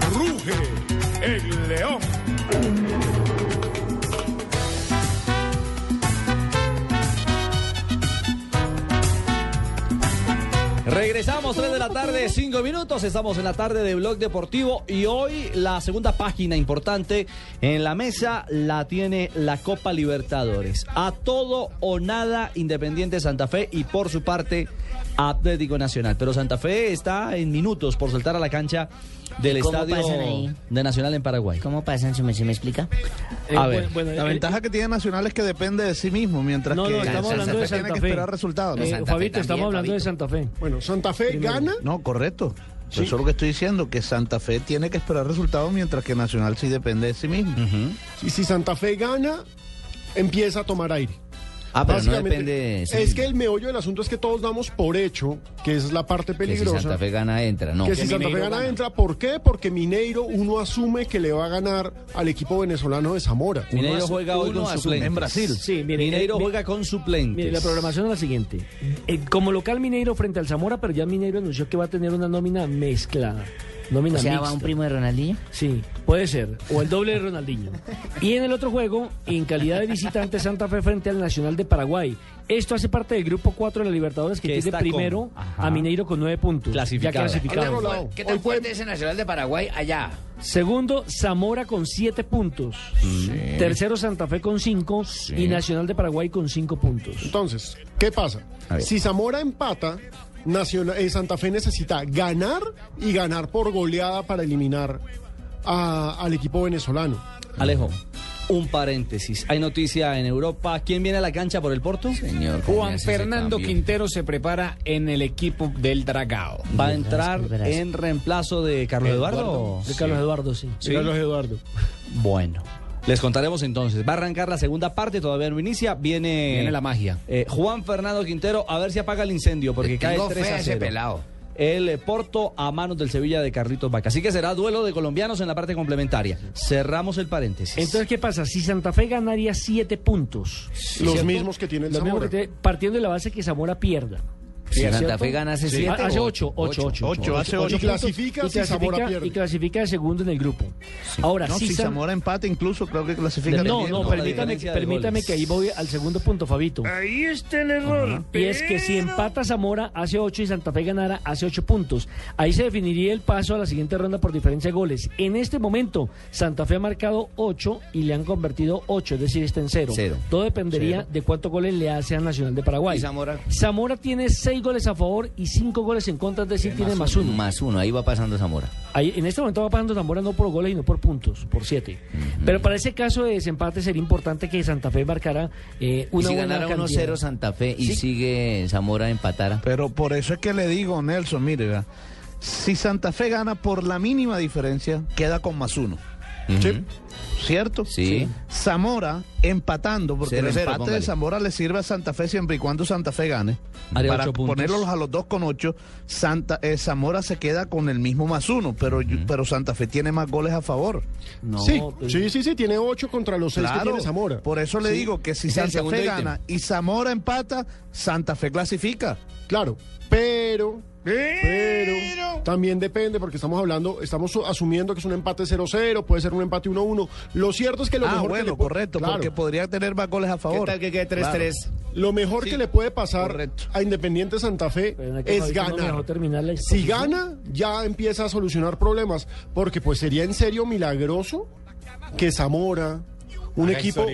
Ruge el león. Regresamos 3 de la tarde, 5 minutos. Estamos en la tarde de Blog Deportivo y hoy la segunda página importante en la mesa la tiene la Copa Libertadores. A todo o nada Independiente Santa Fe y por su parte Atlético Nacional. Pero Santa Fe está en minutos por saltar a la cancha del ¿Cómo estadio pasan ahí? de Nacional en Paraguay. ¿Cómo pasan? ¿Se me, se me explica? A Eh, ver, bueno, La eh, ventaja que tiene Nacional es que depende de sí mismo, mientras No, que no, estamos Santa hablando de Fe tiene Santa que Fe. esperar resultados. eh, Santa Fe Fabito, estamos también, hablando de Fabito. Santa Fe. Bueno, Santa Fe gana. No, correcto. Eso es lo que estoy diciendo, que Santa Fe tiene que esperar resultados mientras que Nacional sí depende de sí mismo. Y si Santa Fe gana, empieza a tomar aire. ah, pero no Básicamente, depende. sí. Es que el meollo del asunto es que todos damos por hecho, que esa es la parte Que si peligrosa. Santa Fe gana, entra. No. Que si Santa Fe Mineiro gana, gana. entra. ¿Por qué? Porque Mineiro uno asume que le va a ganar al equipo venezolano de Zamora. Mineiro juega hoy uno con asume. suplentes. En Brasil. Sí, mire, Mineiro eh, mi- juega con suplentes. Mire, la programación es la siguiente. Eh, como local Mineiro frente al Zamora, pero ya Mineiro anunció que va a tener una nómina mezclada. Nómina O sea, va mixta. un primo de Ronaldinho. Sí, puede ser. O el doble de Ronaldinho. Y en el otro juego, en calidad de visitante, Santa Fe frente al Nacional de Paraguay. Esto hace parte del grupo 4 de la Libertadores que Que tiene está con- primero Ajá. a Mineiro con 9 puntos. Clasificado. Ya clasificado. Hola, ¿Qué tan Hoy fue- fuerte es el Nacional de Paraguay allá? Segundo, Zamora con 7 puntos. Tercero, Santa Fe con 5. Y Nacional de Paraguay con 5 puntos. Entonces, ¿qué pasa? ver. Si Zamora empata, Nacional, eh, Santa Fe necesita ganar y ganar por goleada para eliminar a- al equipo venezolano. Alejo, un paréntesis. Hay noticia en Europa. ¿Quién viene a la cancha por el Porto? Señor. ¿cómo me Juan hace ese Fernando cambio? Quintero se prepara en el equipo del Dragao. Va a Verás, entrar verás. en reemplazo de Carlos Eduardo. De Carlos Eduardo, sí. Sí. Carlos Eduardo. Bueno, les contaremos entonces. Va a arrancar la segunda parte, todavía no inicia. Viene, Viene la magia. eh, Juan Fernando Quintero, a ver si apaga el incendio, porque Le cae tengo 3 fe a a ese 0. pelado. El eh, Porto a manos del Sevilla de Carlitos Vaca. Así que será duelo de colombianos en la parte complementaria. Cerramos el paréntesis. Entonces, ¿qué pasa? Si Santa Fe ganaría 7 puntos. los ¿cierto? mismos que tiene el Los mismos Zamora. que tiene- partiendo de la base que Zamora pierda. Si ¿Cierto? Santa Fe gana, hace Sí. 7. Hace 8, 8, 8. Ocho, hace Y ocho. clasifica Y si Zamora clasifica, pierde. y clasifica de segundo en el grupo. Ahora, No, sí si Sam- Zamora empata incluso, creo que clasifica. No, también, no, la permítame, diferencia de permítame goles. que ahí voy al segundo punto, Fabito. Ahí está el error. Y es que si empata Zamora hace 8 y Santa Fe ganara hace 8 puntos. Ahí se definiría el paso a la siguiente ronda por diferencia de goles. En este momento, Santa Fe ha marcado 8 y le han convertido 8, es decir, está en 0. Cero. Todo dependería de cuántos goles le hace a Nacional de Paraguay. ¿Y Zamora? Zamora tiene 6 goles a favor y 5 goles en contra, es decir, tiene más 1. Más uno, ahí va pasando Zamora. Ahí- en este momento va pasando Zamora no por goles, sino por puntos, por siete. Pero para ese caso de desempate sería importante que Santa Fe marcara eh, Y una si buena ganara cantidad. 1-0 Santa Fe y Sí. sigue Zamora empatara. Pero por eso es que le digo, Nelson, mire, vea, si Santa Fe gana por la mínima diferencia, queda con más uno. Ujú. Sí. Mm. ¿Cierto? Sí. Zamora empatando, porque Cero, el cero, empate póngale. de Zamora le sirve a Santa Fe siempre y cuando Santa Fe gane. Haría Para ocho puntos. ponerlos a los dos con ocho, Santa, eh, Zamora se queda con el mismo más uno, pero, yo- pero Santa Fe tiene más goles a favor. No, sí, pues, sí, sí, sí, tiene 8 contra los 6 Claro, que tiene Zamora. Por eso le digo que si Es el Santa segundo Fe ítem. gana y Zamora empata, Santa Fe clasifica. Claro, pero, pero también depende porque estamos hablando, estamos su- asumiendo que es un empate 0-0, puede ser un empate 1-1. Lo cierto es que lo ah, mejor que bueno, le pu- correcto, claro, porque podría tener más goles a favor. quede 3-3? lo mejor Sí, que le puede pasar correcto. a Independiente Santa Fe pero en aquel es momento no me ganar. dejó terminar la si exposición. gana, ya empieza a solucionar problemas, porque pues sería en serio milagroso que Zamora, un equipo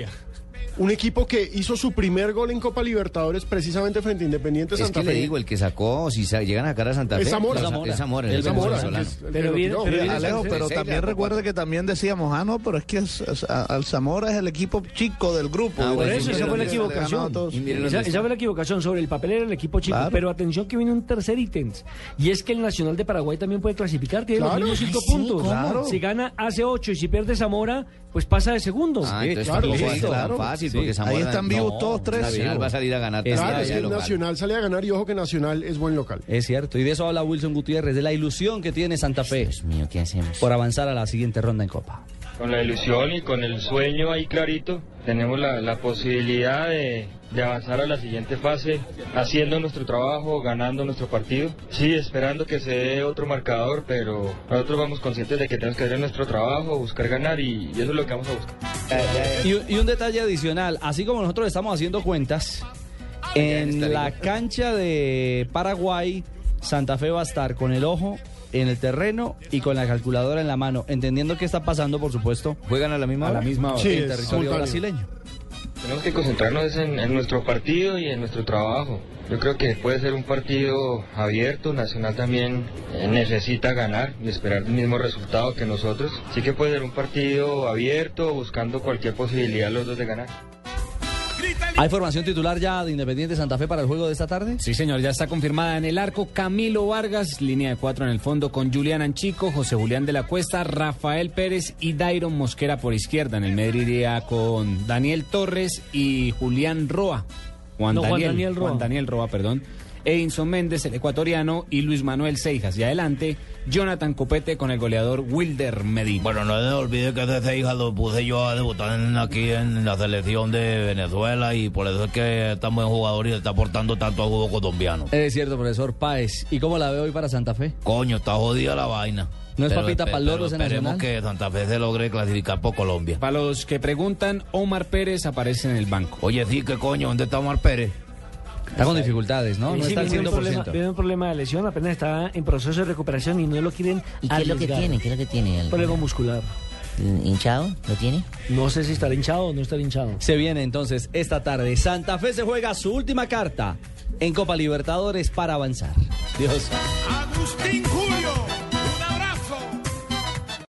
Un equipo que hizo su primer gol en Copa Libertadores precisamente frente a Independiente Es Santa que Fe. le digo, el que sacó, si sa- llegan a sacar a Santa Fe. Es Zamora. es Za- Es Zamora, el Es Zamora, venezolano. que es el que Pero lo viene- tiró. pero viene- Alejo, pero Seis, también la recuerde Copa. que también decíamos, ah, no, pero es que es- es- a- al Zamora es el equipo chico del grupo. Ah, Y bueno, resulta sí, que esa fue la le ganó a equivocación. todos. Y miren Esa, dónde esa está. fue la equivocación sobre el papel era el equipo chico, Claro. pero atención que viene un tercer ítem y es que el Nacional de Paraguay también puede clasificar, tiene Claro. los mismos cinco Ay, sí, puntos. claro. Si gana hace ocho y si pierde Zamora, pues pasa de segundo. Ah, entonces claro, tampoco sí, es tan claro. fácil, porque Zamora... Ahí están vivos todos tres. Nacional va a salir a ganar. también Claro, allá es que de local. Nacional sale a ganar y ojo que Nacional es buen local. Es cierto, y de eso habla Wilson Gutiérrez, de la ilusión que tiene Santa Fe Dios mío, ¿qué hacemos? por avanzar a la siguiente ronda en Copa. Con la ilusión y con el sueño ahí clarito, tenemos la, la posibilidad de, de avanzar a la siguiente fase, haciendo nuestro trabajo, ganando nuestro partido. Sí, esperando que se dé otro marcador, pero nosotros vamos conscientes de que tenemos que hacer nuestro trabajo, buscar ganar y, y eso es lo que vamos a buscar. Y, un- y un detalle adicional, así como nosotros estamos haciendo cuentas, está en la bien. cancha de Paraguay, Santa Fe va a estar con el ojo en el terreno y con la calculadora en la mano, entendiendo qué está pasando, por supuesto, ¿Juegan a la misma a la hora? misma hora Sí, en es territorio simultáneo. brasileño. Tenemos que concentrarnos en, en nuestro partido y en nuestro trabajo. Yo creo que puede ser un partido abierto, Nacional también eh, necesita ganar y esperar el mismo resultado que nosotros. Sí que puede ser un partido abierto, buscando cualquier posibilidad los dos de ganar. ¿Hay formación titular ya de Independiente Santa Fe para el juego de esta tarde? Sí, señor, ya está confirmada en el arco Camilo Vargas, línea de cuatro en el fondo con Julián Anchico, José Julián de la Cuesta, Rafael Pérez y Dairon Mosquera por izquierda. En el medio iría con Daniel Torres y Julián Roa. Juan, No, Juan Daniel, Daniel Roa. Juan Daniel Roa, perdón. Edinson Méndez, el ecuatoriano, y Luis Manuel Seijas. Y adelante, Jonathan Copete con el goleador Wilder Medina. Bueno, no se olvide que ese hija lo puse yo a debutar en- aquí en la selección de Venezuela y por eso es que es tan buen jugador y está aportando tanto a juego colombiano. Eh, Es cierto, profesor Páez. ¿Y cómo la veo hoy para Santa Fe? Coño, está jodida la vaina. No es papita pa'l loro pero ese Esperemos Nacional. que Santa Fe se logre clasificar por Colombia. Para los que preguntan, Omar Pérez aparece en el banco. Oye, sí, que coño, ¿dónde está Omar Pérez? Está con dificultades, ¿no? Sí, No sí, está al viene, un problema, 100%. viene un problema de lesión, apenas está en proceso de recuperación y no lo quieren ¿Y qué es lo que arriesgar. tiene? ¿Qué es lo que tiene? ¿Algo- Problema muscular. ¿Hinchado? ¿Lo tiene? No sé si estará hinchado o no estará hinchado. Se viene entonces esta tarde. Santa Fe se juega su última carta en Copa Libertadores para avanzar. Dios. Agustín Julio.